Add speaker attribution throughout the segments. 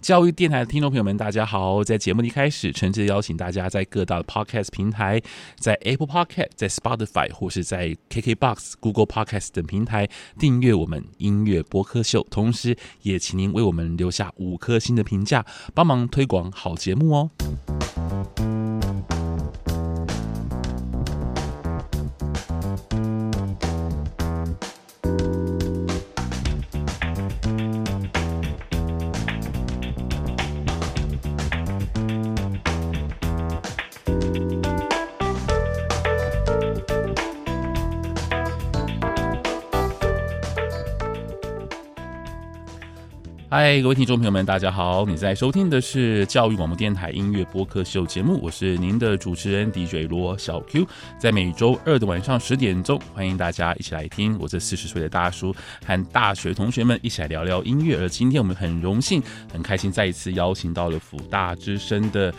Speaker 1: 教育电台的听众朋友们，大家好！在节目的一开始，诚挚邀请大家在各大 podcast 平台，在 Apple Podcast、在 Spotify 或是在 KKBox、Google Podcast 等平台订阅我们音乐播客秀，同时也请您为我们留下五颗星的评价，帮忙推广好节目哦。嗨，各位听众朋友们，大家好！你在收听的是教育广播电台音乐播客秀节目，我是您的主持人 DJ 罗小 Q。在每周二的晚上十点钟，欢迎大家一起来听我这四十岁的大叔和大学同学们一起来聊聊音乐。而今天我们很荣幸、很开心，再一次邀请到了辅大之声的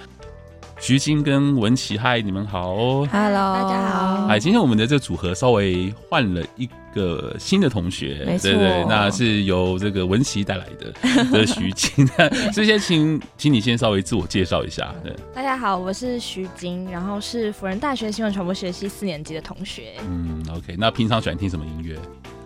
Speaker 1: 徐晶跟文琪。嗨，你们好！
Speaker 2: Hello，
Speaker 3: 大家好
Speaker 2: 嗯
Speaker 1: 哎，今天我们的这组合稍微换了一个新的同学，
Speaker 2: 没错
Speaker 1: 对对，那是由这个文琪带来的的徐 静。之先请请你先稍微自我介绍一下，对，
Speaker 3: 大家好，我是徐晶，然后是辅仁大学新闻传播学系四年级的同学。
Speaker 1: 嗯，OK，那平常喜欢听什么音乐？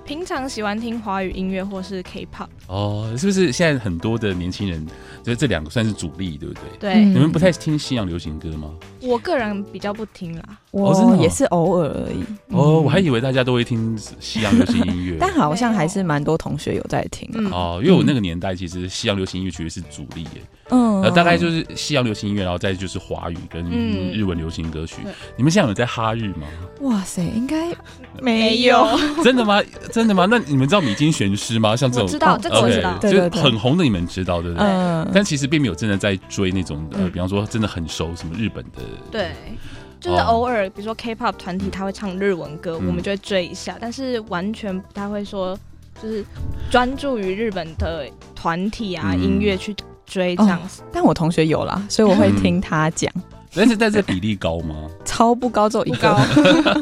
Speaker 3: 平常喜欢听华语音乐或是 K-pop，
Speaker 1: 哦，是不是现在很多的年轻人，就是这两个算是主力，对不对？
Speaker 3: 对、
Speaker 2: 嗯
Speaker 1: 你们不太听西洋流行歌吗？
Speaker 3: 我个人比较不听啦。
Speaker 1: 哦真的
Speaker 2: 我
Speaker 1: 哦
Speaker 2: 也是偶尔而已，。
Speaker 1: 哦，我还以为大家都会听西洋流行音乐
Speaker 2: 嗯 但好像还是蛮多同学有在听啊。
Speaker 3: 嗯，
Speaker 1: 哦，因为我那个年代其实西洋流行音乐绝对是主力耶，
Speaker 2: 嗯，
Speaker 1: 呃，大概就是西洋流行音乐，然后再就是华语跟
Speaker 3: 嗯
Speaker 1: 日文流行歌曲
Speaker 3: 对。
Speaker 1: 你们现在有在哈日吗？
Speaker 2: 哇塞，应该
Speaker 3: 没有，
Speaker 1: 真的吗？真的吗？那你们知道米津玄师吗？像这种
Speaker 3: 我知道这个我知道
Speaker 1: 哦 OK，
Speaker 2: 对
Speaker 1: 就是
Speaker 2: 对对
Speaker 1: 很红的，你们知道对不对？
Speaker 2: 嗯，
Speaker 1: 但其实并没有真的在追那种呃，
Speaker 3: 嗯
Speaker 1: 比方说真的很熟什么日本的，
Speaker 3: 对，就是
Speaker 1: 哦
Speaker 3: 偶尔，比如说 K-pop 团体他会唱日文歌，
Speaker 1: 嗯
Speaker 3: 我们就会追一下，但是完全不太会说，就是专注于日本的团体啊、
Speaker 1: 嗯
Speaker 3: 音乐去追这
Speaker 2: 哦
Speaker 3: 样子。
Speaker 2: 但我同学有啦，所以我会听他讲，
Speaker 1: 但是但这比例高 吗
Speaker 2: 超不高，只有一
Speaker 3: 不
Speaker 2: 个
Speaker 3: 高，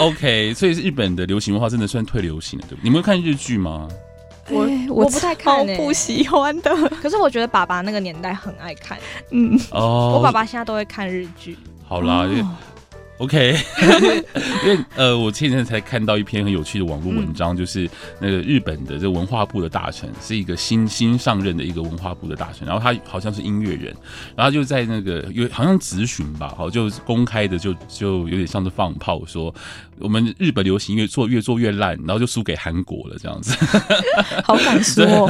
Speaker 1: ？OK，所以日本的流行文化真的算退流行了，对不对？你们会看日剧吗？
Speaker 3: 我
Speaker 2: 哎
Speaker 3: 我不太看
Speaker 2: 超
Speaker 3: 欸
Speaker 2: 不喜欢 的。
Speaker 3: 可是我觉得爸爸那个年代很爱看，
Speaker 2: 嗯，哦
Speaker 1: 哦，
Speaker 3: 我爸嗯爸现在都会看日剧。
Speaker 1: 好啦。因为 OK，因为呃，我前几天才看到一篇很有趣的网络文章，就是那个日本的这文化部的大臣是一个新新上任的一个文化部的大臣，然后他好像是音乐人，然后他就在那个有好像咨询吧，好就公开的就就有点像是放炮说我们日本流行音乐做越做越烂，然后就输给韩国了这样子。
Speaker 2: 好敢 说，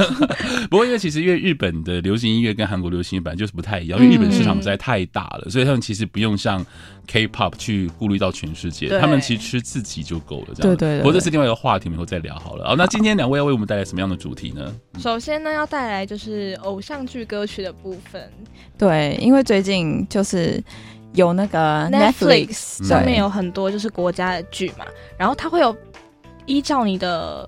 Speaker 1: 不过因为其实因为日本的流行音乐跟韩国流行音乐本来就是不太一样，因为日本市场实
Speaker 2: 嗯
Speaker 1: 在太大了，所以他们其实不用像 K-pop 去顾虑到全世界，
Speaker 3: 对
Speaker 1: 他们其实吃自己就够了。这样
Speaker 2: 对对对
Speaker 1: 不过这是另外一个话题，我们以后再聊好了。好，那今天两位要为我们带来什么样的主题呢？
Speaker 2: 嗯
Speaker 3: 首先呢，要带来就是偶像剧歌曲的部分，
Speaker 2: 对，因为最近就是有那个
Speaker 1: 嗯
Speaker 3: Netflix
Speaker 2: 对
Speaker 3: 上面有很多就是国家的剧嘛，然后它会有依照你的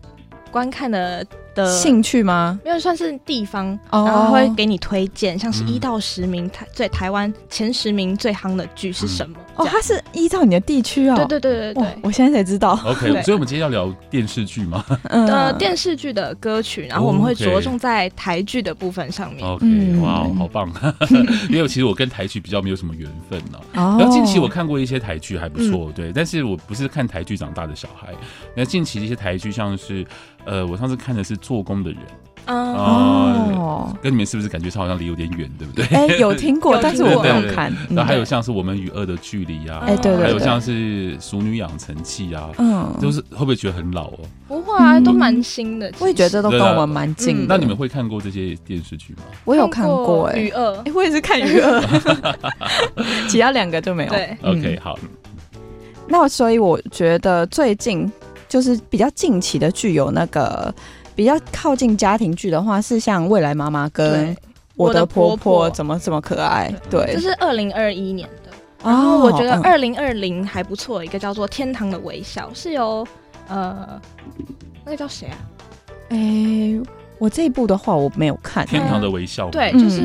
Speaker 3: 观看的的
Speaker 2: 兴趣吗？
Speaker 3: 没有算是地方，
Speaker 2: 哦
Speaker 3: 然后会给你推荐，像是
Speaker 1: 嗯
Speaker 3: 一到十名台最台湾前十名最夯的剧是什么？
Speaker 2: 哦，
Speaker 3: 这样
Speaker 2: 它是依照你的地区哦。
Speaker 3: 对对对对
Speaker 2: 哇，
Speaker 3: 对。
Speaker 2: 我现在才知道。
Speaker 1: OK，
Speaker 3: 对
Speaker 1: 所以我们今天要聊电视剧吗
Speaker 3: 呃，
Speaker 2: 嗯，
Speaker 3: 电视剧的歌曲，然后我们
Speaker 2: 哦
Speaker 3: 会着重在台剧的部分上面。
Speaker 1: ？OK，
Speaker 2: 嗯
Speaker 1: 哇，好 棒！因为其实我跟台剧比较没有什么缘分呢、
Speaker 2: 哦嗯
Speaker 1: 然后近期我看过一些台剧，还不错，对。但是我不是看台剧长大的小孩。那近期的一些台剧，像是呃，我上次看的是《做工的人》，
Speaker 3: 嗯，
Speaker 1: 哦
Speaker 2: 哦，
Speaker 1: 跟你们是不是感觉上好像离有点远，对不对？
Speaker 2: 哎，有听过，
Speaker 3: 有听过
Speaker 2: 但是我没
Speaker 1: 对对
Speaker 2: 有
Speaker 1: 对
Speaker 2: 看。嗯
Speaker 1: 然后还有像是我们与恶的距离啊，
Speaker 2: 哎对对对
Speaker 1: 还有像是《熟女养成记》啊，
Speaker 2: 嗯，
Speaker 1: 都是会不会觉得很老哦？
Speaker 3: 不会啊，
Speaker 2: 嗯
Speaker 3: 都蛮新的。
Speaker 2: 我也觉得都跟我们蛮近的。
Speaker 3: 嗯
Speaker 1: 那你们会看过这些电视剧吗？
Speaker 2: 我有看过
Speaker 3: 过《
Speaker 2: 哎、
Speaker 3: 雨二》
Speaker 2: 哎我也是看娱乐， 其他两个就没有。
Speaker 3: 对
Speaker 2: 嗯
Speaker 1: OK，好，
Speaker 2: 那所以我觉得最近就是比较近期的剧有那个比较靠近家庭剧的话，是像《未来妈妈》跟
Speaker 3: 对
Speaker 2: 《我的婆
Speaker 3: 我的婆婆
Speaker 2: 怎么怎么可爱》对，
Speaker 3: 这是二零二一年的。
Speaker 2: 哦
Speaker 3: 然后我觉得
Speaker 2: 嗯
Speaker 3: 二零二零还不错，一个叫做《天堂的微笑》，是由呃那个叫谁啊？
Speaker 2: 哎、我这一部的话我没有看
Speaker 1: 《天堂的微笑》
Speaker 3: 对，
Speaker 2: 嗯
Speaker 3: 就是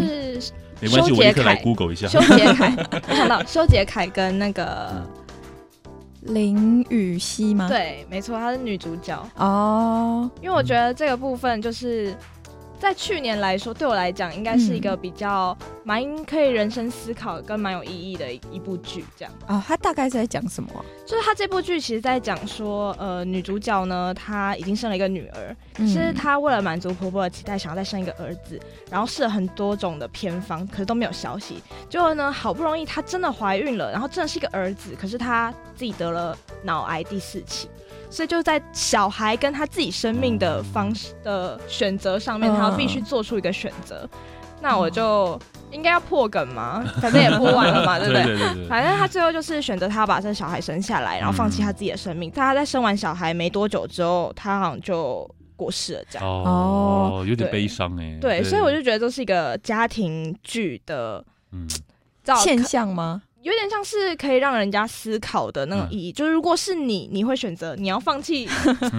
Speaker 1: 没关系，
Speaker 3: 修
Speaker 1: 我
Speaker 3: 杰
Speaker 1: 立刻来
Speaker 3: 楷
Speaker 1: Google 一下。
Speaker 3: 修杰楷，我想到修杰楷跟那个呃
Speaker 2: 林雨熙吗？
Speaker 3: 对，没错，她是女主角。
Speaker 2: 哦，
Speaker 3: 因为我觉得这个部分就是在去年来说，对我来讲应该是一个比较蛮可以人生思考跟蛮有意义的一部剧。这样，
Speaker 2: 啊、他大概是在讲什么啊、
Speaker 3: 就是他这部剧其实在讲说，呃，女主角呢，她已经生了一个女儿，可是
Speaker 2: 嗯
Speaker 3: 她为了满足婆婆的期待，想要再生一个儿子，然后试了很多种的偏方，可是都没有消息。结果呢，好不容易她真的怀孕了，然后真的是一个儿子，可是她自己得了脑癌第四期，所以就在小孩跟她自己生命的方式的选择上面，
Speaker 2: 嗯
Speaker 3: 她要必须做出一个选择。那我就应该要破梗嘛，反正也破完了嘛，对
Speaker 1: 对
Speaker 3: 不对？
Speaker 1: 对对对，
Speaker 3: 反正他最后就是选择他要把这个小孩生下来，然后放弃他自己的生命。但他在生完小孩没多久之后，他好像就过世了，这样。
Speaker 1: 哦，有点
Speaker 3: 对
Speaker 1: 悲伤哎。
Speaker 3: 对，所以我就觉得这是一个家庭剧的
Speaker 1: 嗯
Speaker 3: 造
Speaker 2: 现
Speaker 3: 可
Speaker 2: 象吗？
Speaker 3: 有点像是可以让人家思考的那种意义。就是如果是你，你会选择你要放弃肚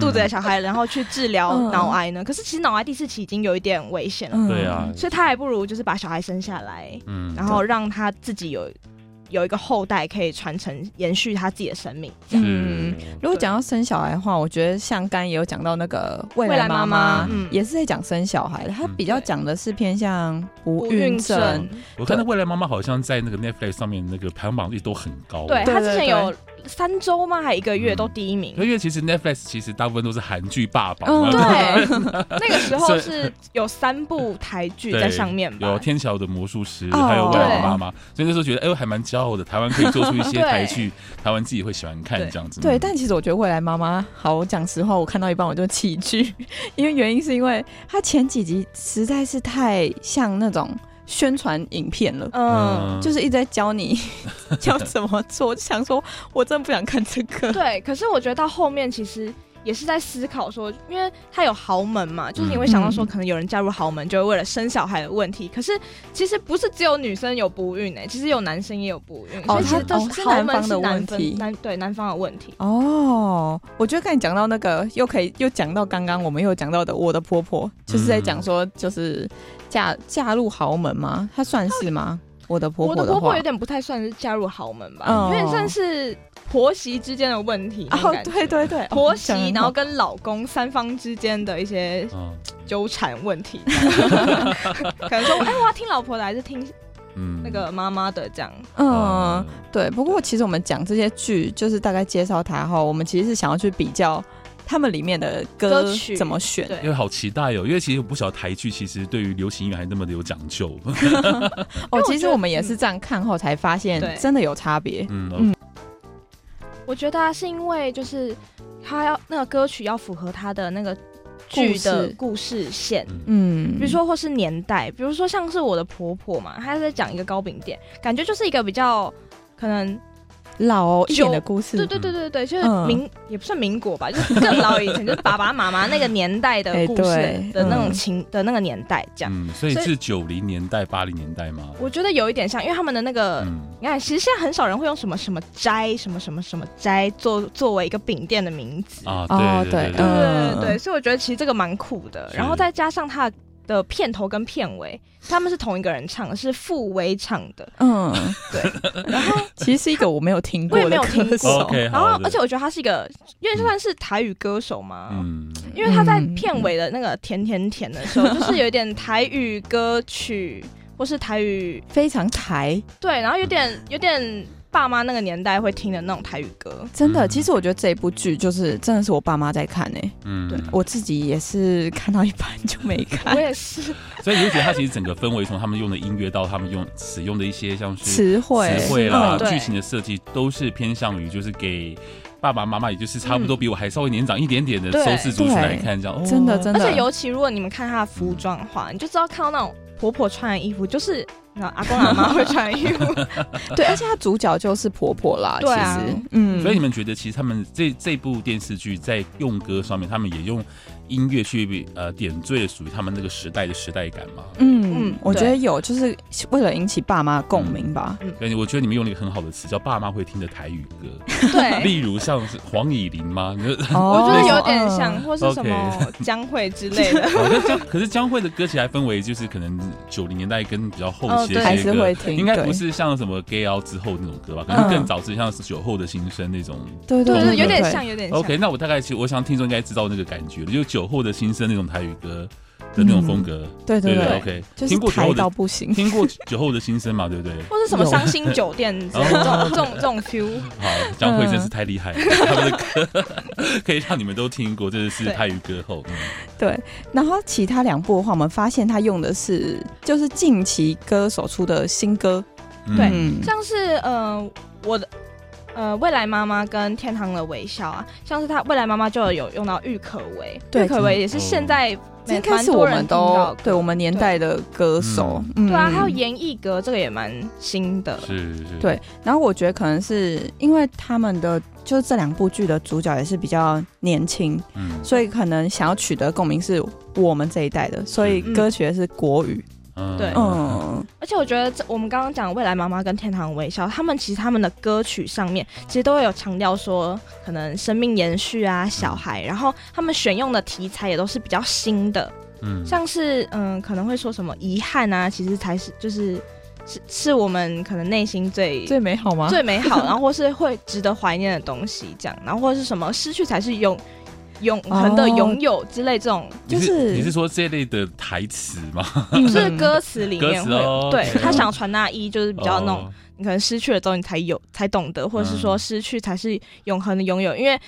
Speaker 1: 嗯
Speaker 3: 子的小孩，然后去治疗
Speaker 2: 嗯
Speaker 3: 脑癌呢？可是其实脑癌第四期已经有一点危险了，
Speaker 2: 嗯
Speaker 1: 对啊，
Speaker 3: 所以他还不如就是把小孩生下来，
Speaker 1: 嗯，
Speaker 3: 然后让他自己有有一个后代可以传承延续他自己的生命。
Speaker 1: 是
Speaker 2: 嗯如果讲到生小孩的话，我觉得像刚才也有讲到那个未
Speaker 3: 未
Speaker 2: 来
Speaker 3: 来
Speaker 2: 妈
Speaker 3: 妈
Speaker 2: 妈
Speaker 3: 妈，嗯
Speaker 2: 也是在讲生小孩的，她比较
Speaker 3: 对
Speaker 2: 讲的是偏向不
Speaker 3: 不
Speaker 2: 孕
Speaker 3: 孕
Speaker 2: 症
Speaker 3: 症，，
Speaker 1: 我看到未来妈妈好像在那个 Netflix 上面那个排行榜一直都很高。
Speaker 3: 对
Speaker 2: 对
Speaker 3: 他之
Speaker 2: 对嗯
Speaker 3: 前有三周吗？还一个月都第一名。
Speaker 1: 因为其实 Netflix 其实大部分都是韩剧霸榜
Speaker 2: 嗯
Speaker 1: 嘛，
Speaker 3: 对，那个时
Speaker 1: 所
Speaker 3: 候
Speaker 1: 以
Speaker 3: 是有三部台剧
Speaker 1: 对
Speaker 3: 在上面吧
Speaker 1: 有《天桥的魔术师》，
Speaker 2: 哦
Speaker 1: 还有《未来
Speaker 3: 对
Speaker 1: 妈妈》，所以那时候觉得，哎、我还蛮骄傲的，台湾可以做出一些
Speaker 3: 对
Speaker 1: 台剧，台湾自己会喜欢看
Speaker 3: 对
Speaker 1: 这样子。
Speaker 2: 对，
Speaker 1: 嗯
Speaker 2: 但其实我觉得未来妈妈，好，我讲实话，我看到一半我就弃剧， 因为原因是因为她前几集实在是太像那种宣传影片了。
Speaker 3: 嗯，
Speaker 1: 嗯，
Speaker 2: 就是一直在教你 要怎么做，我就想说，我真的不想看这个。
Speaker 3: 对。可是我觉得到后面其实也是在思考说，因为他有豪门嘛，就是你会想到说，
Speaker 2: 嗯
Speaker 3: 可能有人嫁入豪门就会为了生小孩的问题。可是其实不是只有女生有不孕诶、欸其实有男生也有不孕，所以其
Speaker 1: 他
Speaker 3: 实都
Speaker 2: 哦是
Speaker 3: 豪
Speaker 2: 男
Speaker 3: 门
Speaker 2: 方
Speaker 3: 是
Speaker 2: 的问
Speaker 3: 男
Speaker 2: 题
Speaker 3: 分男对男方的问题。
Speaker 2: 哦，我觉得刚才讲到那个，又可以又讲到刚刚我们又讲到的我的婆婆，就是在讲说，就是嫁嫁入豪门吗？她算是吗？我的婆
Speaker 3: 我
Speaker 2: 婆
Speaker 3: 的婆
Speaker 2: 话
Speaker 3: 婆有，点不太算是嫁入豪门吧，
Speaker 2: 嗯
Speaker 3: 有点算是婆媳之间的问题。那种
Speaker 2: 哦
Speaker 3: 感，觉
Speaker 2: 对对对，哦
Speaker 3: 婆
Speaker 2: 讲得
Speaker 3: 媳，
Speaker 2: 很
Speaker 3: 然
Speaker 2: 好
Speaker 3: 后跟老公三方之间的一些
Speaker 1: 嗯
Speaker 3: 纠缠问 题，可能说，哎、我要听老婆的，还是听
Speaker 1: 嗯
Speaker 3: 那个妈妈的这样？
Speaker 2: 嗯，对。不过其实我们讲这些剧，就是大概介绍它后，我们其实是想要去比较他们里面的歌
Speaker 3: 歌曲
Speaker 2: 怎么选。
Speaker 1: 因
Speaker 3: 对
Speaker 1: 为好期待哦，因为其实我不晓得台剧其实对于流行音乐还那么的有讲究。 嗯
Speaker 2: 哦
Speaker 3: 因为，我
Speaker 2: 其实
Speaker 3: 觉得嗯
Speaker 2: 我们也是这样看后才发现
Speaker 3: 对，
Speaker 2: 真的有差别。
Speaker 1: 嗯，
Speaker 2: 嗯
Speaker 3: 我觉得、啊、是因为就是他要那个歌曲要符合他的那个剧的故事线。
Speaker 2: 嗯，
Speaker 3: 比如，说，或是年代，比如说像是我的婆婆嘛，她在讲一个糕饼店，感觉就是一个比较可能
Speaker 2: 老一点的
Speaker 3: 就
Speaker 2: 故事，
Speaker 3: 对对对对对，就是
Speaker 2: 嗯
Speaker 3: 民、也不算民国吧， 就是更老以前，就是爸爸妈妈那个年代的
Speaker 2: 哎
Speaker 3: 故事、
Speaker 2: 对
Speaker 3: 的那
Speaker 2: 嗯
Speaker 3: 种情、的那个年代这样。
Speaker 1: 嗯，所以
Speaker 3: 所以
Speaker 1: 是九零年代、八零年代吗？
Speaker 3: 我觉得有一点像，因为他们的那个，
Speaker 1: 嗯，
Speaker 3: 你看，其实现在很少人会用什么什么斋、什么什么什么斋作作为一个饼店的名字。
Speaker 1: 啊，
Speaker 2: 哦
Speaker 1: 对对
Speaker 2: 对
Speaker 3: 对
Speaker 1: 对，
Speaker 2: 嗯
Speaker 3: 对对，所以我觉得其实这个蛮酷的。
Speaker 1: 是
Speaker 3: 然后再加上它的片头跟片尾，他们是同一个人唱的，是傅维唱的。
Speaker 2: 嗯，其实是一个我没有听过
Speaker 3: 我也
Speaker 2: 的
Speaker 3: 没有听
Speaker 2: 歌
Speaker 3: 过哦
Speaker 2: 手
Speaker 1: OK，
Speaker 3: 然后
Speaker 1: 好，的
Speaker 3: 而且我觉得他是一个，因为算是台语歌手嘛，
Speaker 1: 嗯，
Speaker 3: 因为他在
Speaker 2: 嗯
Speaker 3: 片尾的那个甜甜甜的 时候，就是有一点台语歌曲或是台语
Speaker 2: 非常台，
Speaker 3: 对，然后有点有点爸妈那个年代会听的那种台语歌，
Speaker 2: 真的。
Speaker 1: 嗯
Speaker 2: 其实我觉得这一部剧就是真的是我爸妈在看诶，
Speaker 1: 嗯，
Speaker 3: 对
Speaker 2: 我自己也是看到一半就没 看
Speaker 3: 我。也是，
Speaker 1: 所以你会觉得它其实整个氛围从他们用的音乐到他们用使用的一些像是
Speaker 2: 词汇，
Speaker 1: 词汇啦、
Speaker 3: 嗯对
Speaker 1: 剧情的设计都是偏向于就是给爸爸妈妈，也就是差不多比我还稍微年长一点点的
Speaker 3: 对
Speaker 1: 收视族群来看，这样哦
Speaker 2: 真的真
Speaker 3: 而
Speaker 2: 的，
Speaker 3: 且尤其如果你们看她的服装的话，你就知道看到那种婆婆穿的衣服，就是你知道阿公阿妈会穿的衣 服，
Speaker 2: 对，而且她主角就是婆婆啦，
Speaker 3: 对啊
Speaker 2: 其实，嗯，
Speaker 1: 所以你们觉得，其实他们这这部电视剧在用歌上面，他们也用音乐去呃点缀了属于他们那个时代的时代感嘛？
Speaker 2: 嗯
Speaker 3: 嗯，
Speaker 2: 我觉
Speaker 3: 对
Speaker 2: 得有，就是为了引起爸妈共鸣吧。
Speaker 1: 对，我觉得你们用了一个很好的词，叫爸妈会听的台语歌，
Speaker 3: 对。
Speaker 1: 例如像是黄以玲吗？你就
Speaker 3: 我
Speaker 2: 哦
Speaker 3: 觉得有点像，或是什
Speaker 1: OK
Speaker 3: 么江蕙之类的，
Speaker 1: 好像江，可是江蕙的歌其实还分为就是可能九零年代跟比较后期的
Speaker 3: 哦对
Speaker 1: 一
Speaker 2: 还
Speaker 1: 些
Speaker 2: 是
Speaker 1: 歌
Speaker 2: 会，听，
Speaker 1: 应该不
Speaker 2: 对，
Speaker 1: 是像什么 gay out 之后那种歌吧，可能
Speaker 2: 嗯
Speaker 1: 更早是像是酒后的心声那种。
Speaker 2: 对
Speaker 3: 就
Speaker 2: 对，
Speaker 3: 是
Speaker 2: 对
Speaker 3: 有点。
Speaker 2: 对
Speaker 3: 像，有点像。
Speaker 1: OK，那我大概其实我想听众应该知道那个感觉了，就酒后的心声那种台语歌，的那种风格。
Speaker 2: 对对
Speaker 1: 对
Speaker 2: 嗯对，
Speaker 1: ，OK，
Speaker 2: 就是
Speaker 1: 听过酒
Speaker 2: 抬
Speaker 1: 后
Speaker 2: 到
Speaker 1: 的
Speaker 2: 不 行。
Speaker 1: 听过酒后的心声嘛，对不对？
Speaker 3: 或是什么
Speaker 2: 有哦
Speaker 3: 伤心酒店之类的 这种这种这种 feel。
Speaker 1: 好，张慧真是太厉害了，他们的歌 可以让你们都听过，真的是
Speaker 3: 对
Speaker 1: 泰语歌后。嗯
Speaker 2: 对，然后其他两部的话，我们发现他用的是就是近期歌手出的新歌，
Speaker 3: 对
Speaker 2: 嗯，
Speaker 3: 像是呃我的呃未来妈妈跟天堂的微笑啊，像是他未来妈妈就有有用到郁可唯，
Speaker 2: 对
Speaker 3: 郁可唯也是现在
Speaker 2: 这
Speaker 3: 蛮
Speaker 2: 应该
Speaker 3: 蛮
Speaker 2: 是我
Speaker 3: 多人
Speaker 2: 们
Speaker 3: 听到
Speaker 2: 都
Speaker 3: 的，
Speaker 2: 对我们年代的歌手，嗯
Speaker 3: 对啊，还有演绎歌这个也蛮新的，
Speaker 1: 是是，
Speaker 2: 对然后我觉得可能是因为他们的就是这两部剧的主角也是比较年轻，
Speaker 1: 嗯
Speaker 2: 所以可能想要取得共鸣是我们这一代的，所以
Speaker 3: 嗯
Speaker 2: 歌曲也是国语。
Speaker 1: 嗯
Speaker 3: 对
Speaker 2: 嗯，
Speaker 3: 而且我觉得这我们刚刚讲的未来妈妈跟天堂微笑，他们其实他们的歌曲上面其实都会有强调说可能生命延续啊、小孩，然后他们选用的题材也都是比较新的，
Speaker 1: 嗯
Speaker 3: 像是嗯可能会说什么遗憾啊，其实才是就是是是我们可能内心最
Speaker 2: 最美好吗？
Speaker 3: 最美好，然后或是会值得怀念的东西，这样，然后或者是什么失去才是永永恒的
Speaker 2: 哦
Speaker 3: 拥有之类这种，
Speaker 1: 你
Speaker 2: 就是
Speaker 1: 你是说这类的台词吗？
Speaker 2: 嗯
Speaker 3: 就是歌词里
Speaker 1: 歌
Speaker 3: 面会
Speaker 1: 词哦
Speaker 3: 有，对
Speaker 1: OK
Speaker 3: 他想要传达的意义就是比较那种
Speaker 1: 哦，
Speaker 3: 你可能失去了之后你才有才懂得，或者是说
Speaker 1: 嗯
Speaker 3: 失去才是永恒的拥有，因为。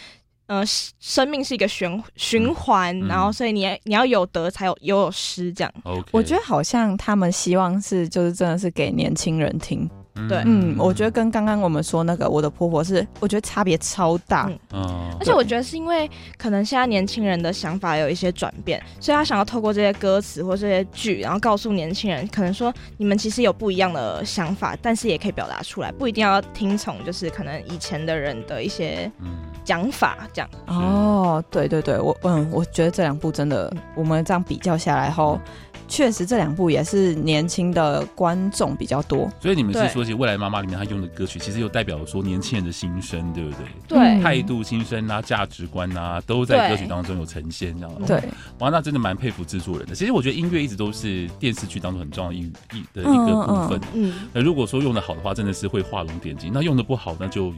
Speaker 3: 呃，生生命是一个循循环，
Speaker 1: 嗯
Speaker 3: 然后所以你要你要有得才有有有失这样。
Speaker 1: 哦 OK，
Speaker 2: 我觉得好像他们希望是就是真的是给年轻人听，
Speaker 1: 得
Speaker 3: 对
Speaker 2: 嗯，我觉得跟刚刚我们说那个我的婆婆是，我觉得差别超大，
Speaker 3: 嗯
Speaker 1: 嗯，
Speaker 3: 而且我觉得是因为可能现在年轻人的想法有一些转变，所以他想要透过这些歌词或这些剧，然后告诉年轻人，可能说你们其实有不一样的想法，但是也可以表达出来，不一定要听从就是可能以前的人的一些
Speaker 1: 嗯
Speaker 3: 讲法这样。
Speaker 2: 哦，对对对，我嗯，我觉得这两部真的
Speaker 3: 嗯，
Speaker 2: 我们这样比较下来后，确实这两部也是年轻的观众比较多。
Speaker 1: 所以你们是
Speaker 3: 对
Speaker 1: 说，起未来妈妈》里面她用的歌曲，其实又代表说年轻人的心声，对不对？
Speaker 3: 对，
Speaker 2: 嗯
Speaker 1: 态度、心声啊、价值观啊，都在歌
Speaker 3: 对
Speaker 1: 曲当中有呈现，这
Speaker 3: 嗯
Speaker 1: 样。
Speaker 2: 对，
Speaker 1: 哇，那真的蛮佩服制作人的。其实我觉得音乐一直都是电视剧当中很重要的一一的一个部分。
Speaker 3: 嗯，
Speaker 1: 那如果说用的好的话，真的是会画龙点睛；那用的不好，那就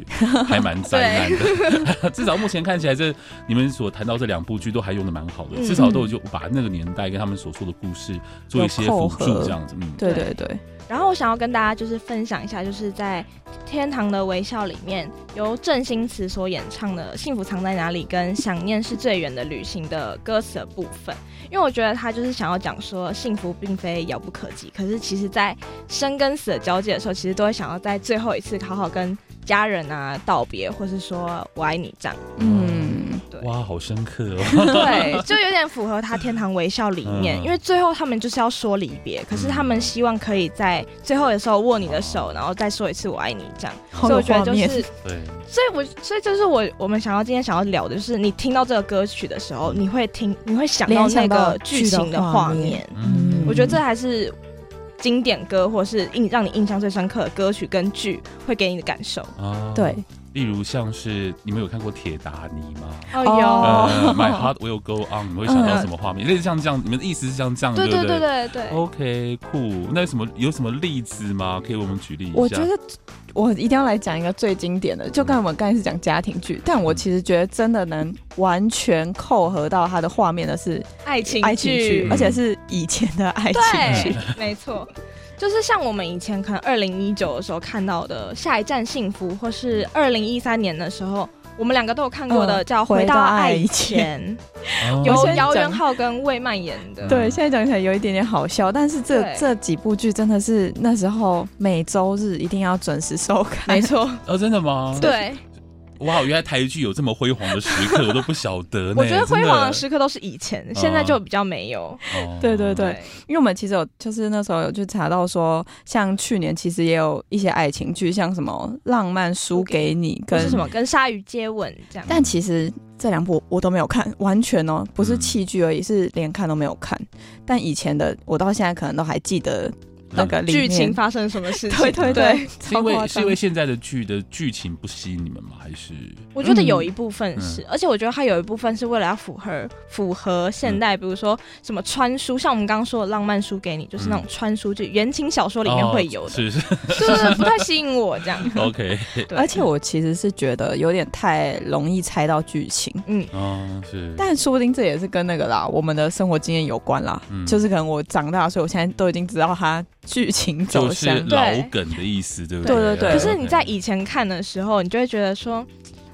Speaker 1: 还 蛮灾难的。 至少目前看起来，这你们所谈到这两部剧都还用的蛮好的，
Speaker 3: 嗯
Speaker 1: 至少都有就把那个年代跟他们所说的故事做一些辅
Speaker 2: 有扣
Speaker 1: 助，
Speaker 2: 合
Speaker 1: 这样子。嗯，
Speaker 2: 对对对，
Speaker 3: 然后我想要跟大家就是分享一下，就是在《天堂的微笑》里面由郑兴慈所演唱的《幸福藏在哪里》跟《想念是最远的旅行》的歌词的部分，因为我觉得他就是想要讲说，幸福并非遥不可及，可是其实在生跟死的交界的时候，其实都会想要在最后一次好好跟家人啊道别，或是说我爱你这样。
Speaker 2: 嗯，
Speaker 3: 对
Speaker 1: 哇，好深刻 哦。
Speaker 3: 对，就有点符合他《天堂微笑》里面，
Speaker 1: 嗯
Speaker 3: 因为最后他们就是要说离别，可是他们希望可以在最后的时候握你的手，然后再说一次我爱你这样。
Speaker 2: 好
Speaker 3: 所以
Speaker 2: 有
Speaker 3: 我觉得
Speaker 2: 画
Speaker 3: 就
Speaker 2: 面
Speaker 3: 是，
Speaker 1: 对，
Speaker 3: 所以我所以就是我我们想要今天想要聊的就是，你听到这个歌曲的时候，你会听你会想到
Speaker 2: 联想
Speaker 3: 那
Speaker 2: 到
Speaker 3: 个剧
Speaker 2: 剧的
Speaker 3: 情的
Speaker 2: 画
Speaker 3: 画
Speaker 2: 面
Speaker 3: 面。
Speaker 2: 嗯
Speaker 3: 我觉得这还是经典歌或是印让你印象最深刻的歌曲跟剧会给你的感受。
Speaker 1: 啊，
Speaker 2: 对，
Speaker 3: 嗯
Speaker 1: 例如像是你们有看过《铁达尼》吗？
Speaker 3: 哦
Speaker 2: 有哦
Speaker 1: 呃，My heart will go on，你们会想到什么画面？类似像这样，你们的意思是像这样，
Speaker 3: 对
Speaker 1: 不
Speaker 3: 对对对对。
Speaker 2: 哦
Speaker 1: OK，酷。那有什么有什么例子吗？可以为我们举例一下？
Speaker 2: 我觉得我一定要来讲一个最经典的，就跟我们刚才是讲家庭剧，但
Speaker 3: 嗯
Speaker 2: 我其实觉得真的能完全扣合到它的画面的是
Speaker 3: 爱情
Speaker 2: 爱情剧，而且是以前的爱情
Speaker 3: 对
Speaker 2: 剧。，
Speaker 3: 没错，就是像我们以前可能二零一九的时候看到的《下一站幸福》，或是二零一三年的时候，我们两个都有看过的
Speaker 2: 嗯
Speaker 3: 叫《
Speaker 2: 回
Speaker 3: 回
Speaker 2: 到
Speaker 3: 到
Speaker 2: 爱
Speaker 3: 爱
Speaker 2: 以
Speaker 3: 以
Speaker 2: 前
Speaker 3: 前》，
Speaker 1: 哦
Speaker 2: 我
Speaker 3: 由
Speaker 2: 先
Speaker 3: 姚元
Speaker 2: 讲
Speaker 3: 浩跟魏曼演的。
Speaker 2: 对，现在讲起来有一点点好笑，但是这
Speaker 3: 对
Speaker 2: 这几部剧真的是那时候每周日一定要准时收看。
Speaker 3: 没错，
Speaker 1: 哦，真的吗？，
Speaker 3: 对，
Speaker 1: 哇，原来台剧有这么辉煌的时刻，我都不晓得呢。
Speaker 3: 我觉得辉煌的
Speaker 1: 的
Speaker 3: 时刻都是以前，现在就比较没有。
Speaker 1: 哦
Speaker 2: 对对对
Speaker 3: 对，
Speaker 2: 因为我们其实有就是那时候有去查到说，像去年其实也有一些爱情剧，像什么《浪漫输给你》
Speaker 3: 或
Speaker 2: 跟
Speaker 3: 哦是什么跟鲨鱼接吻这样。
Speaker 2: 但其实这两部我都没有看，完全哦，不是弃剧而已，是连看都没有看。但以前的我到现在可能都还记得那个里
Speaker 3: 嗯剧
Speaker 2: 面
Speaker 3: 情，发生什么事情？
Speaker 2: 对对对，
Speaker 1: 是因
Speaker 2: 超夸
Speaker 1: 为是
Speaker 2: 张
Speaker 1: 因为现在的剧的剧情不吸引你们吗？还是
Speaker 3: 我觉得
Speaker 2: 嗯
Speaker 3: 有一部分是，而且我觉得它有一部分是为了要符合符合现代，比如说什么穿书，像我们刚刚说的浪漫书给你，就是那种穿书剧，言情小说里面会有
Speaker 1: 哦
Speaker 3: 的，
Speaker 1: 是是
Speaker 3: 就是不太吸引我这样。
Speaker 1: OK
Speaker 3: 对
Speaker 2: 而且我其实是觉得有点太容易猜到剧情，
Speaker 1: 哦是，
Speaker 2: 但说不定这也是跟那个啦，我们的生活经验有关啦。
Speaker 1: 嗯
Speaker 2: 就是可能我长大，所以我现在都已经知道它剧情走
Speaker 1: 就是嗯
Speaker 2: 向。
Speaker 1: 老梗的意思，对不对
Speaker 2: 对对对
Speaker 3: 可是
Speaker 1: OK
Speaker 3: 你在以前看的时候，你就会觉得说。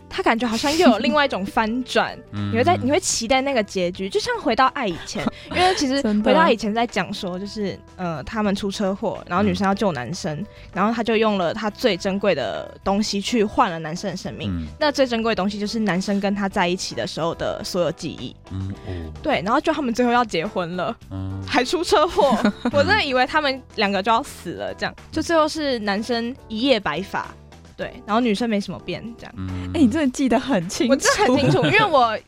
Speaker 3: 他感觉好像又有另外一种翻转，
Speaker 1: 嗯
Speaker 3: 你会在你会期待那个结局，就像回到爱以前，因为其实
Speaker 2: 真的
Speaker 3: 回到以前在讲说，就是呃他们出车祸，然后女生要救男生，然后他就用了他最珍贵的东西去换了男生的生命，
Speaker 1: 嗯
Speaker 3: 那最珍贵的东西就是男生跟她在一起的时候的所有记忆。
Speaker 1: 嗯哦
Speaker 3: 对，然后就他们最后要结婚了，
Speaker 1: 嗯
Speaker 3: 还出车祸， 我真的以为他们两个就要死了，这样就最后是男生一夜白发，对，然后女生没什么变，这样。
Speaker 1: 嗯
Speaker 2: 哎、你真的记得很清楚，
Speaker 3: 我真的 很清楚，因为我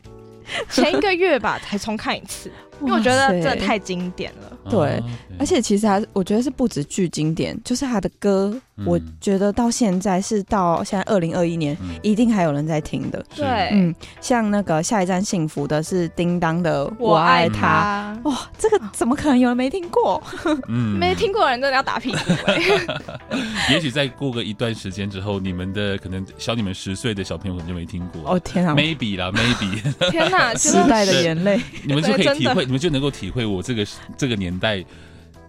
Speaker 3: 前一个月吧才重看一次，因为我觉得
Speaker 2: 哇塞
Speaker 3: 真的太经典了。
Speaker 2: 对
Speaker 1: 哦
Speaker 2: 而且其实还是我觉得是不止剧经典，就是他的歌，
Speaker 1: 嗯
Speaker 2: 我觉得到现在是到现在二零二一年，
Speaker 1: 嗯
Speaker 2: 一定还有人在听的。
Speaker 1: 是
Speaker 3: 对，
Speaker 2: 嗯，像那个下一站幸福的是叮当的《
Speaker 3: 我爱
Speaker 2: 爱他
Speaker 3: 他。》，
Speaker 2: 哇，这个怎么可能有人没听过？
Speaker 1: 嗯
Speaker 3: 没听过的人真的要打 屁股、欸，
Speaker 1: 也许再过个一段时间之后，你们的可能小你们十岁的小朋友可能就没听过。
Speaker 2: 哦天啊！
Speaker 1: Maybe 啦，Maybe，
Speaker 3: 天哪！
Speaker 2: 时
Speaker 3: 真的
Speaker 2: 代的眼泪，
Speaker 1: 你们就可
Speaker 3: 对
Speaker 1: 以
Speaker 3: 真
Speaker 1: 体
Speaker 3: 的
Speaker 1: 会，你们就能够体会我这个这个年代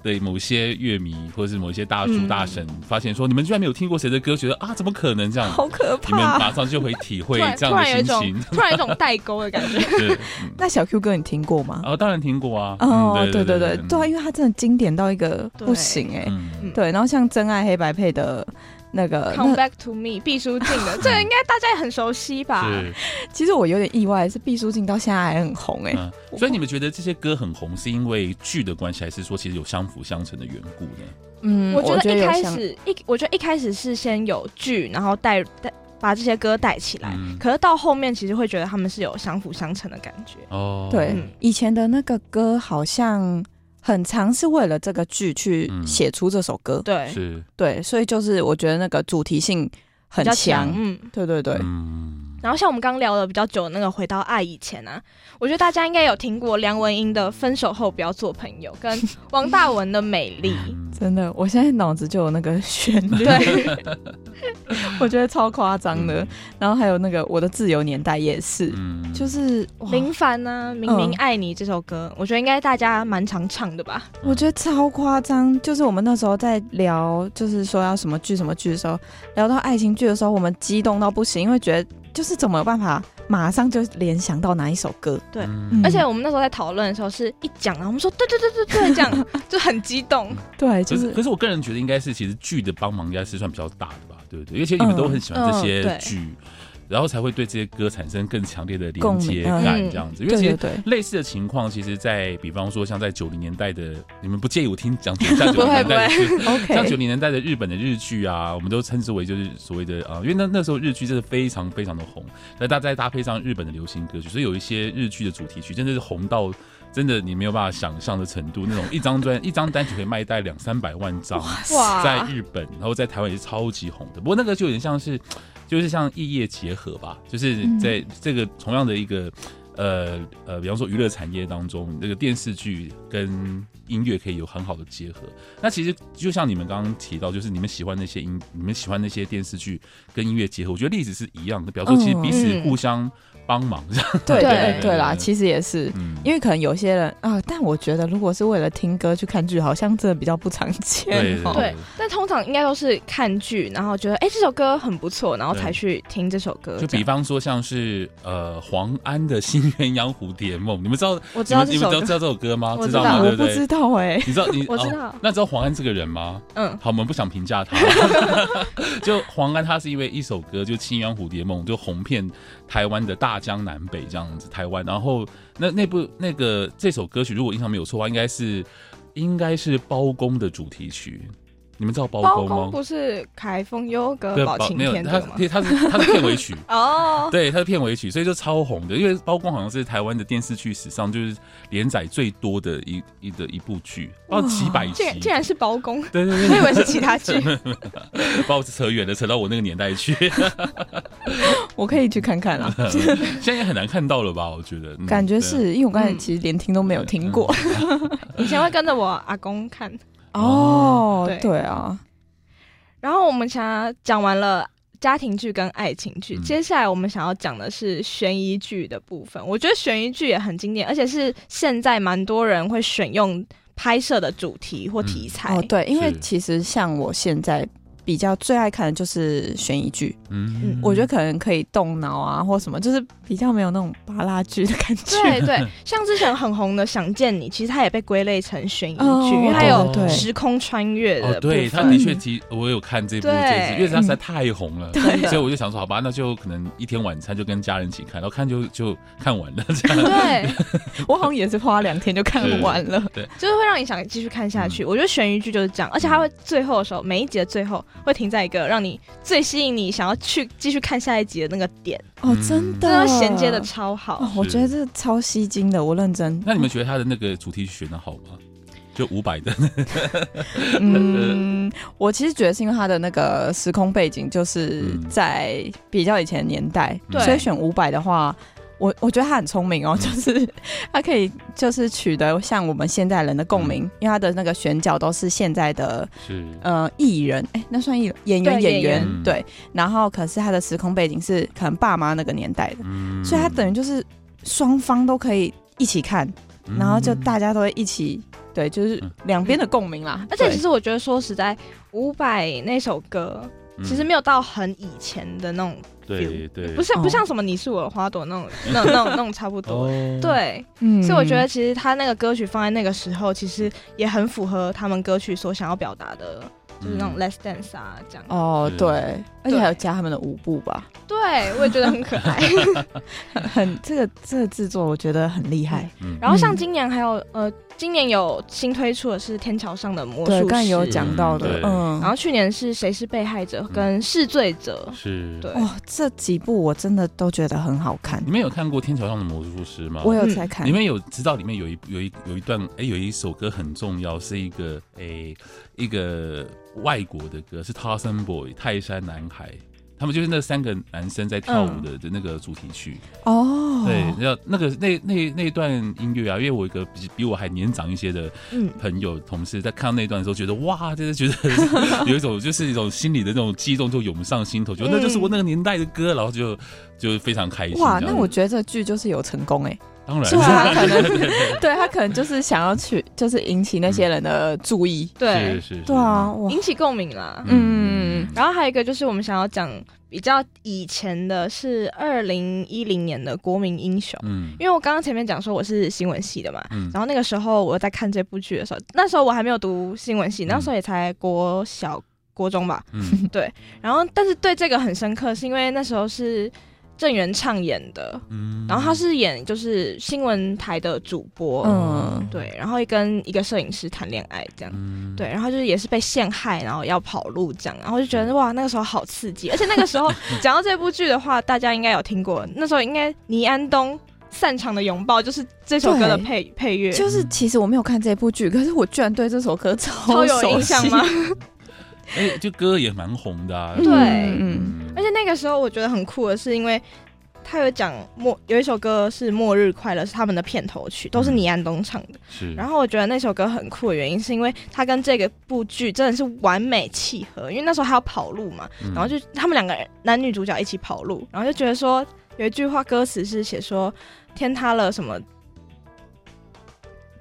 Speaker 1: 的某些乐迷或者是某些大叔
Speaker 3: 嗯
Speaker 1: 大婶，发现说你们居然没有听过谁的歌，觉得啊怎么可能这样？
Speaker 2: 好可
Speaker 1: 你们
Speaker 2: 怕！
Speaker 1: 马上就会体
Speaker 3: 突
Speaker 1: 会
Speaker 3: 然
Speaker 1: 这
Speaker 3: 突
Speaker 1: 样的
Speaker 3: 然有
Speaker 1: 心
Speaker 3: 一种
Speaker 1: 情。
Speaker 3: 突然有一种代沟的感 觉。
Speaker 1: 对，
Speaker 2: 那小 Q 哥你听过吗？
Speaker 1: 哦，当然听过啊。
Speaker 2: 哦，
Speaker 1: 嗯
Speaker 2: 对对对，对啊，因为他真的经典到一个
Speaker 3: 对
Speaker 2: 不行哎。
Speaker 1: 嗯，
Speaker 2: 对，然后像《真爱黑白配》的那个，
Speaker 3: Come
Speaker 2: 那
Speaker 3: back to me，毕书尽 的，这个应该大家也很熟悉
Speaker 2: 啊
Speaker 3: 吧？
Speaker 1: 是。
Speaker 2: 其实我有点意外，是毕书尽到现在还很红哎。
Speaker 1: 嗯，所以你们觉得这些歌很红，是因为剧的关系，还是说其实有相辅相成的缘故呢？
Speaker 2: 嗯，
Speaker 3: 我觉得一
Speaker 2: 有
Speaker 3: 开
Speaker 2: 像
Speaker 1: 哦
Speaker 3: 始一，我觉得一开始是先有剧，然后带带把这些歌带起来，
Speaker 1: 嗯
Speaker 3: 可是到后面其实会觉得他们是有相辅相成的感觉。
Speaker 1: 哦，
Speaker 2: 对、
Speaker 3: 嗯
Speaker 2: 以前的那个歌好像很常是为了这个剧去
Speaker 1: 嗯
Speaker 2: 写出这首歌，
Speaker 3: 对，
Speaker 1: 是，
Speaker 2: 对，所以就是我觉得那个主题性
Speaker 3: 比
Speaker 2: 很
Speaker 3: 较
Speaker 2: 强，
Speaker 3: 嗯。
Speaker 2: 对对对，
Speaker 1: 嗯，
Speaker 3: 然后像我们刚聊的比较久的那个《回到爱以前》啊，我觉得大家应该有听过梁文音的《分手后不要做朋友》跟王大文的《美丽》。
Speaker 1: 嗯
Speaker 2: 真的，我现在脑子就有那个旋 律，
Speaker 3: 对，
Speaker 2: 我觉得超夸张的、，然后还有那个《我的自由年代》也是，
Speaker 1: 嗯
Speaker 2: 就是哇
Speaker 3: 林凡呢，《明明爱你》这首歌，我觉得应该大家蛮常唱的吧？
Speaker 1: 嗯
Speaker 2: 我觉得超夸张，就是我们那时候在聊，就是说要什么剧什么剧的时候，聊到爱情剧的时候，我们激动到不行，因为觉得就是怎么有办法马上就联想到哪一首歌，
Speaker 3: 对
Speaker 1: 嗯
Speaker 2: 嗯
Speaker 3: 而且我们那时候在讨论的时候，是一讲，然后我们说对对对对对，这样 就很激动。
Speaker 2: 对，
Speaker 1: 可
Speaker 2: 就是是
Speaker 1: 可是我个人觉得应该是其实剧的帮忙应该是算比较大的吧，对不对？而且你们都很喜欢这
Speaker 3: 嗯嗯
Speaker 1: 些
Speaker 3: 对
Speaker 1: 剧，然后才会对这些歌产生更强烈的连
Speaker 2: 共鸣
Speaker 1: 接感
Speaker 3: 嗯
Speaker 1: 这样子，因为
Speaker 2: 对
Speaker 1: 其实
Speaker 2: 对。对，
Speaker 1: 类似的情况，其实，在比方说，像在九零年代的，你们不介意我听讲讲九
Speaker 3: 不
Speaker 1: 零
Speaker 3: 会
Speaker 1: 年代的
Speaker 3: 不
Speaker 1: 事像九
Speaker 2: OK，
Speaker 1: 零年代的日本的日剧啊，我们都称之为就是所谓的啊、呃因为那那时候日剧真的非常非常的红，那大家再搭配上日本的流行歌曲，所以有一些日剧的主题曲真的是红到真的你没有办法想象的程度，那种一张专一张单曲可以卖带两三百万张，
Speaker 3: 哇
Speaker 1: 在日本，然后在台湾也是超级红的。不过那个就有点像是，就是像异业结合吧，就是在这个同样的一个。呃呃，比方说娱乐产业当中，那个电视剧跟音乐可以有很好的结合。那其实就像你们刚刚提到，就是你们喜欢那些音，你们喜欢那些电视剧跟音乐结合，我觉得例子是一样的。比方说，其实彼此
Speaker 3: 嗯
Speaker 1: 互相帮忙，这样
Speaker 2: 对
Speaker 3: 对
Speaker 2: 对
Speaker 3: 对
Speaker 2: 对啦，
Speaker 1: 对
Speaker 2: 其实也是。
Speaker 1: 嗯，
Speaker 2: 因为可能有些人啊，但我觉得如果是为了听歌去看剧，好像真的比较不常见、哦。
Speaker 3: 对，但通常应该都是看剧，然后觉得哎、这首歌很不错，然后才去听这首歌。
Speaker 1: 就比
Speaker 3: 这样
Speaker 1: 方说像是呃黄安的《新鸳鸯蝴蝶梦》，你们知道
Speaker 3: 我
Speaker 1: 你
Speaker 3: 知道
Speaker 1: 们
Speaker 3: 这
Speaker 1: 你们知道
Speaker 3: 首
Speaker 1: 知
Speaker 3: 歌，
Speaker 1: 道这首歌吗？道
Speaker 3: 我知道
Speaker 1: 吗？对不
Speaker 2: 我不
Speaker 1: 对？
Speaker 2: 知道哎、
Speaker 1: 你知道你
Speaker 3: 我知
Speaker 1: 哦
Speaker 3: 道，
Speaker 1: 那知道黄安这个人吗？
Speaker 3: 嗯，
Speaker 1: 好，我们不想评价他。 就黄安，他是因为一首歌就《青鸳蝴蝶梦》就红遍台湾的大江南北这样子，台湾。然后那那部那个这首歌曲，如果印象没有错的话，应该是应该是包公的主题曲。你们知道哦包
Speaker 3: 包
Speaker 1: 公
Speaker 3: 公
Speaker 1: 吗？
Speaker 3: 不是凯风优格
Speaker 1: 对，
Speaker 3: 宝
Speaker 1: 没
Speaker 3: 晴
Speaker 1: 有，
Speaker 3: 天
Speaker 1: 他
Speaker 3: 的吗？
Speaker 1: 他他是他是片尾曲，
Speaker 3: 哦，
Speaker 1: 对，它是片尾曲，所以就超红的。因为包公好像是台湾的电视剧史上就是连载最多的一一的一部剧，不知道几百集
Speaker 3: 竟。然竟然是包公，
Speaker 1: 对对
Speaker 3: 我
Speaker 1: 对，
Speaker 3: 以为是其他剧。
Speaker 1: 把我扯远了，扯到我那个年代去。
Speaker 2: 我可以去看看啊，
Speaker 1: 现在也很难看到了吧？我觉得，嗯
Speaker 2: 感觉
Speaker 1: 对
Speaker 2: 是因为我刚才
Speaker 3: 嗯
Speaker 2: 其实连听都没有听过。
Speaker 3: 以前会跟着我阿公看。
Speaker 2: 哦，
Speaker 3: 对
Speaker 2: 对啊，
Speaker 3: 然后我们想要讲完了家庭剧跟爱情剧，
Speaker 1: 嗯
Speaker 3: 接下来我们想要讲的是悬疑剧的部分。我觉得悬疑剧也很经典，而且是现在蛮多人会选用拍摄的主题或题材。
Speaker 2: 哦对，因为
Speaker 1: 是
Speaker 2: 其实像我现在比较最爱看的就是悬疑剧，
Speaker 1: 嗯
Speaker 3: 嗯
Speaker 2: 我觉得可能可以动脑啊，或什么，就是比较没有那种巴拉剧的感觉。
Speaker 3: 对对，像之前很红的《想见你》，其实它也被归类成悬疑剧，
Speaker 2: 哦
Speaker 3: 因为它有
Speaker 2: 对对
Speaker 3: 时空穿越
Speaker 1: 哦
Speaker 3: 的，部
Speaker 1: 对，他
Speaker 3: 分。
Speaker 1: 的确提，我有看这部这
Speaker 3: 对嗯
Speaker 1: 一集，因为他实在太红了，
Speaker 3: 真的
Speaker 1: 所以我就想说，好吧，那就可能一天晚餐就跟家人一起看，然后看就就看完了， 这样
Speaker 3: 对，
Speaker 2: 我好像也是花两天就看完了。
Speaker 3: 就是会让你想继续看下去。我觉得悬疑剧就是这样，而且它会最后的时候，每一集的最后会停在一个让你最吸引你想要去继续看下一集的那个点，
Speaker 2: 哦，
Speaker 1: 嗯
Speaker 2: 真
Speaker 3: 真
Speaker 2: 的
Speaker 3: 的衔接的超好。
Speaker 2: 哦，我觉得这超吸睛的，我认真。
Speaker 1: 那你们觉得他的那个主题曲选的好吗？就伍佰的，
Speaker 2: 嗯，我其实觉得是因为它的那个时空背景就是
Speaker 1: 嗯
Speaker 2: 在比较以前的年代，
Speaker 3: 对
Speaker 2: 所以选五百的话。我我觉得他很聪明哦，
Speaker 1: 嗯
Speaker 2: 就是 他可以就是取得像我们现代人的共鸣，
Speaker 1: 嗯
Speaker 2: 因为他的那个选角都是现在的
Speaker 1: 是
Speaker 2: 呃艺人，哎、那算艺人演员
Speaker 3: 对
Speaker 2: 演
Speaker 3: 演
Speaker 2: 员
Speaker 1: 员
Speaker 2: 对，然后可是他的时空背景是可能爸妈那个年代的，
Speaker 1: 嗯
Speaker 2: 所以他等于就是双方都可以一起看，然后就大家都会一起对，就是
Speaker 1: 嗯
Speaker 2: 两边的共鸣啦。
Speaker 3: 而且
Speaker 2: 对
Speaker 3: 其实我觉得说实在，伍佰那首歌其实没有到很以前的那种，
Speaker 1: 嗯对对，
Speaker 3: 不是
Speaker 2: 哦
Speaker 3: 不像什么你是我的花朵那种那种那种那种差不 多。
Speaker 1: 哦，
Speaker 3: 对，
Speaker 2: 嗯
Speaker 3: 所以我觉得其实他那个歌曲放在那个时候，其实也很符合他们歌曲所想要表达的，就是
Speaker 1: 嗯
Speaker 3: 那种 less dance 啊这样。
Speaker 2: 哦
Speaker 1: 是，
Speaker 2: 对，而且
Speaker 3: 对
Speaker 2: 还有加他们的舞步吧，
Speaker 3: 对，我也觉得很可爱。
Speaker 2: 很这个这个制作我觉得很厉害。
Speaker 1: 嗯，
Speaker 3: 然后像
Speaker 2: 嗯
Speaker 3: 今年还有呃，今年有新推出的是《天桥上的魔术
Speaker 2: 对
Speaker 3: 师》，，
Speaker 2: 刚才有讲到的
Speaker 1: 嗯，对
Speaker 2: 嗯，
Speaker 3: 然后去年是《谁是被害者》跟《是罪者》
Speaker 1: 是
Speaker 3: 对，
Speaker 2: 哦，这几部我真的都觉得很好看
Speaker 1: 你，们有看过《天桥上的魔术师》吗？
Speaker 2: 我有在看
Speaker 1: 你。们有知嗯道里面有一有一有一段哎、有一首歌很重要，是一个哎、一个外国的歌，是 Tarzan Boy 泰山男孩，他们就是那三个男生在跳舞的的那个主题曲。
Speaker 2: 哦，
Speaker 1: 对，那那个那那那段音乐啊，因为我有一个比比我还年长一些的
Speaker 3: 嗯，
Speaker 1: 朋友同事在看到那段的时候，觉得哇，就是觉得有一种就是一种心里的那种激动就涌上心头，觉得那就是我那个年代的歌，然后就就非常开心这
Speaker 2: 哇，
Speaker 1: 样。
Speaker 2: 那我觉得这剧就是有 成功哎，
Speaker 1: 当然
Speaker 2: 就是他 可能，对他可能就是想要去，就是引起那些人的注
Speaker 1: 嗯
Speaker 2: 意。
Speaker 3: 对
Speaker 1: 是，是是
Speaker 2: 对啊，哇，
Speaker 3: 引起共鸣啦。
Speaker 2: 嗯
Speaker 3: 然后还有一个就是我们想要讲比较以前的，是二零一零年的《国民英雄》，
Speaker 1: 嗯
Speaker 3: 因为我刚刚前面讲说我是新闻系的嘛。
Speaker 1: 嗯
Speaker 3: 然后那个时候我在看这部剧的时候，那时候我还没有读新闻系，那时候也才国小、国中吧。
Speaker 1: 嗯
Speaker 3: 然后，但是对这个很深刻，是因为那时候是郑元畅演的，
Speaker 1: 嗯
Speaker 3: 然后他是演就是新闻台的主播，
Speaker 2: 嗯，
Speaker 3: 呃对，然后跟一个摄影师谈恋爱这样，
Speaker 1: 嗯
Speaker 3: 对，然后就是也是被陷害，然后要跑路这样，然后就
Speaker 2: 嗯
Speaker 3: 觉得哇，那个时候好刺激，而且那个 时候讲到这部剧的话，大家应该有听过，那时候应该倪安东。散场的拥抱就是这首歌的
Speaker 2: 对
Speaker 3: 配配乐，
Speaker 2: 就是其实我没有看这部剧，可是我居然对这首歌
Speaker 3: 嗯超
Speaker 2: 超
Speaker 3: 有印象吗
Speaker 2: 熟？悉？
Speaker 1: 哎，这歌也蛮红的啊，
Speaker 3: 对
Speaker 2: 嗯，
Speaker 3: 而且那个时候我觉得很酷的是，因为他有讲末有一首歌是《末日快乐》，是他们的片头曲，
Speaker 1: 嗯
Speaker 3: 都是倪安东唱的。
Speaker 1: 是，
Speaker 3: 然
Speaker 1: 后
Speaker 3: 后我觉得那首歌很酷的原因，是因为它跟这个部剧真的是完美契合，因为那时候还要跑路嘛，
Speaker 1: 嗯
Speaker 3: 然后就他们两个人男女主角一起跑路，然后就觉得说有一句话歌词是写说天塌了什么。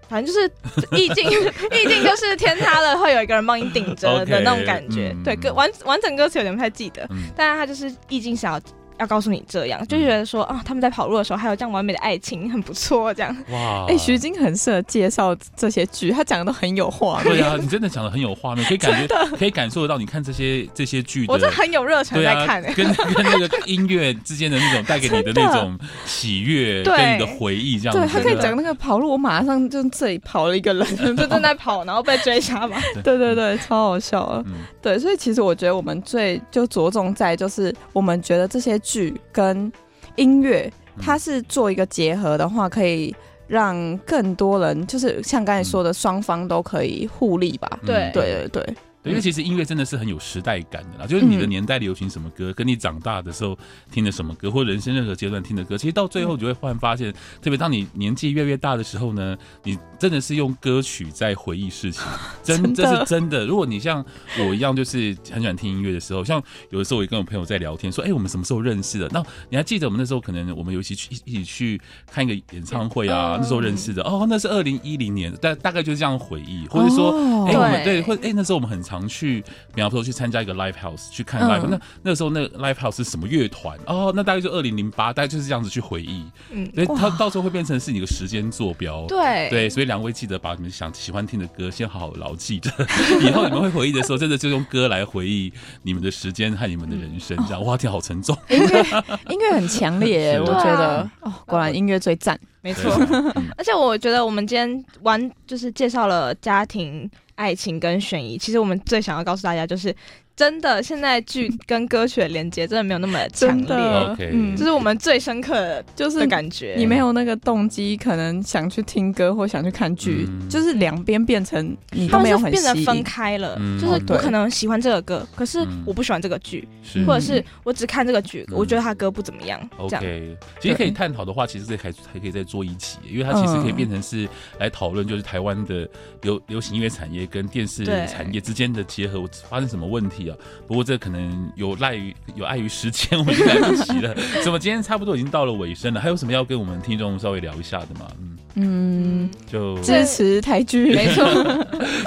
Speaker 3: 反正就是 意 境，意境就是天塌了会有一个人帮你顶着
Speaker 1: OK，
Speaker 3: 的那种感觉。
Speaker 1: 嗯
Speaker 3: 对，歌完完整歌词有点不太记得，
Speaker 1: 嗯
Speaker 3: 但是他就是意境想要要告诉你这样，就觉得说啊，他们在跑路的时候还有这样完美的爱情，很不错。这样，
Speaker 1: 哇，
Speaker 2: 哎、徐晶很适合介绍这些剧，他讲的都很 有画
Speaker 1: 对
Speaker 2: 面。
Speaker 1: 啊，你真的讲的很有画面，可以感 觉，可以感受得到你看这些这些剧
Speaker 3: 我这
Speaker 1: 的。
Speaker 3: 很有热忱
Speaker 1: 对
Speaker 3: 在
Speaker 1: 啊
Speaker 3: 看、 欸，
Speaker 1: 跟跟 那个音乐之间的那种带给你的那种 喜悦，
Speaker 3: 对
Speaker 1: 跟你的回忆这样子。啊
Speaker 2: 对他可以
Speaker 3: 真的
Speaker 2: 讲那个跑路，我马上就这里跑了一个人，
Speaker 3: 嗯就正在跑，然后被追 杀嘛。
Speaker 2: 对 对对，超好笑的。
Speaker 1: 嗯
Speaker 2: 对，所以其实我觉得我们最就着重在就是我们觉得这些剧跟音乐
Speaker 1: 嗯
Speaker 2: 它是做一个结合的话，可以让更多人就是像刚才说的，双方都可以互利吧。
Speaker 1: 嗯
Speaker 3: 对
Speaker 2: 对对对，
Speaker 1: 对，因为其实音乐真的是很有时代感的啦，就是你
Speaker 2: 嗯
Speaker 1: 的年代流行什么歌，跟你长大的时候听的什么歌，或人生任何阶段听的歌，其实到最后你就会忽然发现，特别当你年纪越来越大的时候呢，你真的是用歌曲在回忆事 情，真
Speaker 2: 真的
Speaker 1: 这是真的。如果你像我一样，就是很喜欢听音乐的时候，像有的时候我也跟我朋友在聊天，说，哎、我们什么时候认识的？那你还记得我们那时候可能我们有一起去一起去看一个演唱会啊，
Speaker 3: 嗯
Speaker 1: 那时候认识的，哦，那是二零一零年，大大概就是这样回忆，或者说。
Speaker 2: 哦
Speaker 1: 哎、我们对，
Speaker 3: 对
Speaker 1: 或者哎、那时候我们很常去，比方说去参加一个 live house 去看 live，、
Speaker 2: 嗯
Speaker 1: 那那时候那个 live house 是什么乐团？哦，那大概就二零零八，大概就是这样子去回忆，
Speaker 3: 嗯，
Speaker 1: 所以它
Speaker 2: 哇
Speaker 1: 到时候会变成是你的时间坐标。
Speaker 3: 对
Speaker 1: 对，所以两位记得把你们想喜欢听的歌先好好牢记着， 以后你们会回忆的时候，真的就用歌来回忆你们的时间和你们的人生，
Speaker 3: 哦
Speaker 1: 这样哇，天好沉重。
Speaker 2: 音乐音乐很强烈耶，
Speaker 1: 是
Speaker 2: 我
Speaker 3: 对啊
Speaker 2: 觉得哦，果然音乐最赞。
Speaker 3: 没
Speaker 1: 对
Speaker 3: 错。
Speaker 1: 嗯
Speaker 3: 而且我觉得我们今天玩就是介绍了家庭、爱情跟悬疑，其实我们最想要告诉大家就是，真的现在剧跟歌曲的连接真的没有那么强
Speaker 2: 真的
Speaker 3: 烈，
Speaker 1: OK，
Speaker 2: 嗯
Speaker 3: 这是我们最深刻的
Speaker 2: 就是
Speaker 3: 的
Speaker 1: 嗯
Speaker 3: 感觉。
Speaker 2: 你没有那个动机，可能想去听歌或想去看剧，
Speaker 1: 嗯
Speaker 2: 就是两边变成你
Speaker 3: 他
Speaker 2: 都
Speaker 3: 们
Speaker 2: 没
Speaker 3: 是
Speaker 2: 有很
Speaker 3: 变得
Speaker 2: 吸
Speaker 3: 分
Speaker 2: 引。
Speaker 3: 开了，
Speaker 1: 嗯
Speaker 3: 就是
Speaker 2: 哦
Speaker 3: 我可能喜欢这个歌，可是
Speaker 1: 嗯
Speaker 3: 我不喜欢这个剧，
Speaker 1: 是
Speaker 3: 或者是我只看这个剧，
Speaker 1: 嗯
Speaker 3: 我觉得他歌不怎么样，这样。嗯
Speaker 1: OK，其实可以探讨的话，其实这还还可以再做一集，因为它其实可以变成是来讨论，就是台湾的流流行音乐产业跟电视
Speaker 3: 对
Speaker 1: 产业之间的结合发生什么问题啊？不过这可能有赖于有碍于时间，我们就来不及了。怎么今天差不多已经到了尾声了？还有什么要跟我们听众稍微聊一下的吗？嗯，
Speaker 2: 嗯
Speaker 3: 嗯，，
Speaker 1: 就
Speaker 2: 支持台剧，
Speaker 3: 没错，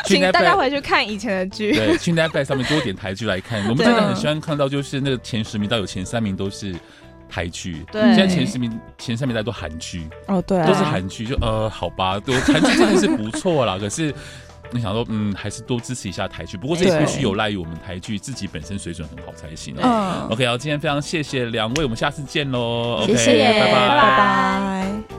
Speaker 1: 去
Speaker 3: 请大家
Speaker 1: Netflix
Speaker 3: 回去看以前的剧。
Speaker 1: 对，去 Netflix 上面多点台剧来看。我们
Speaker 3: 对
Speaker 1: 真的很喜欢看到，就是那个前十名到有前三名都是台剧，
Speaker 3: 对
Speaker 1: 现在前十名前三名大家都韩剧。
Speaker 2: 哦，对啊，
Speaker 1: 都是韩剧，就呃，好吧，对，韩剧真的是不错啦。可是你想说，嗯，还是多支持一下台剧。不过这也必须有赖于我们台剧自己本身水准很好才行哦。
Speaker 2: 嗯，
Speaker 1: OK，好，今天非常谢谢两位，我们下次见喽。OK，
Speaker 2: 谢谢，
Speaker 1: 拜
Speaker 2: 拜拜。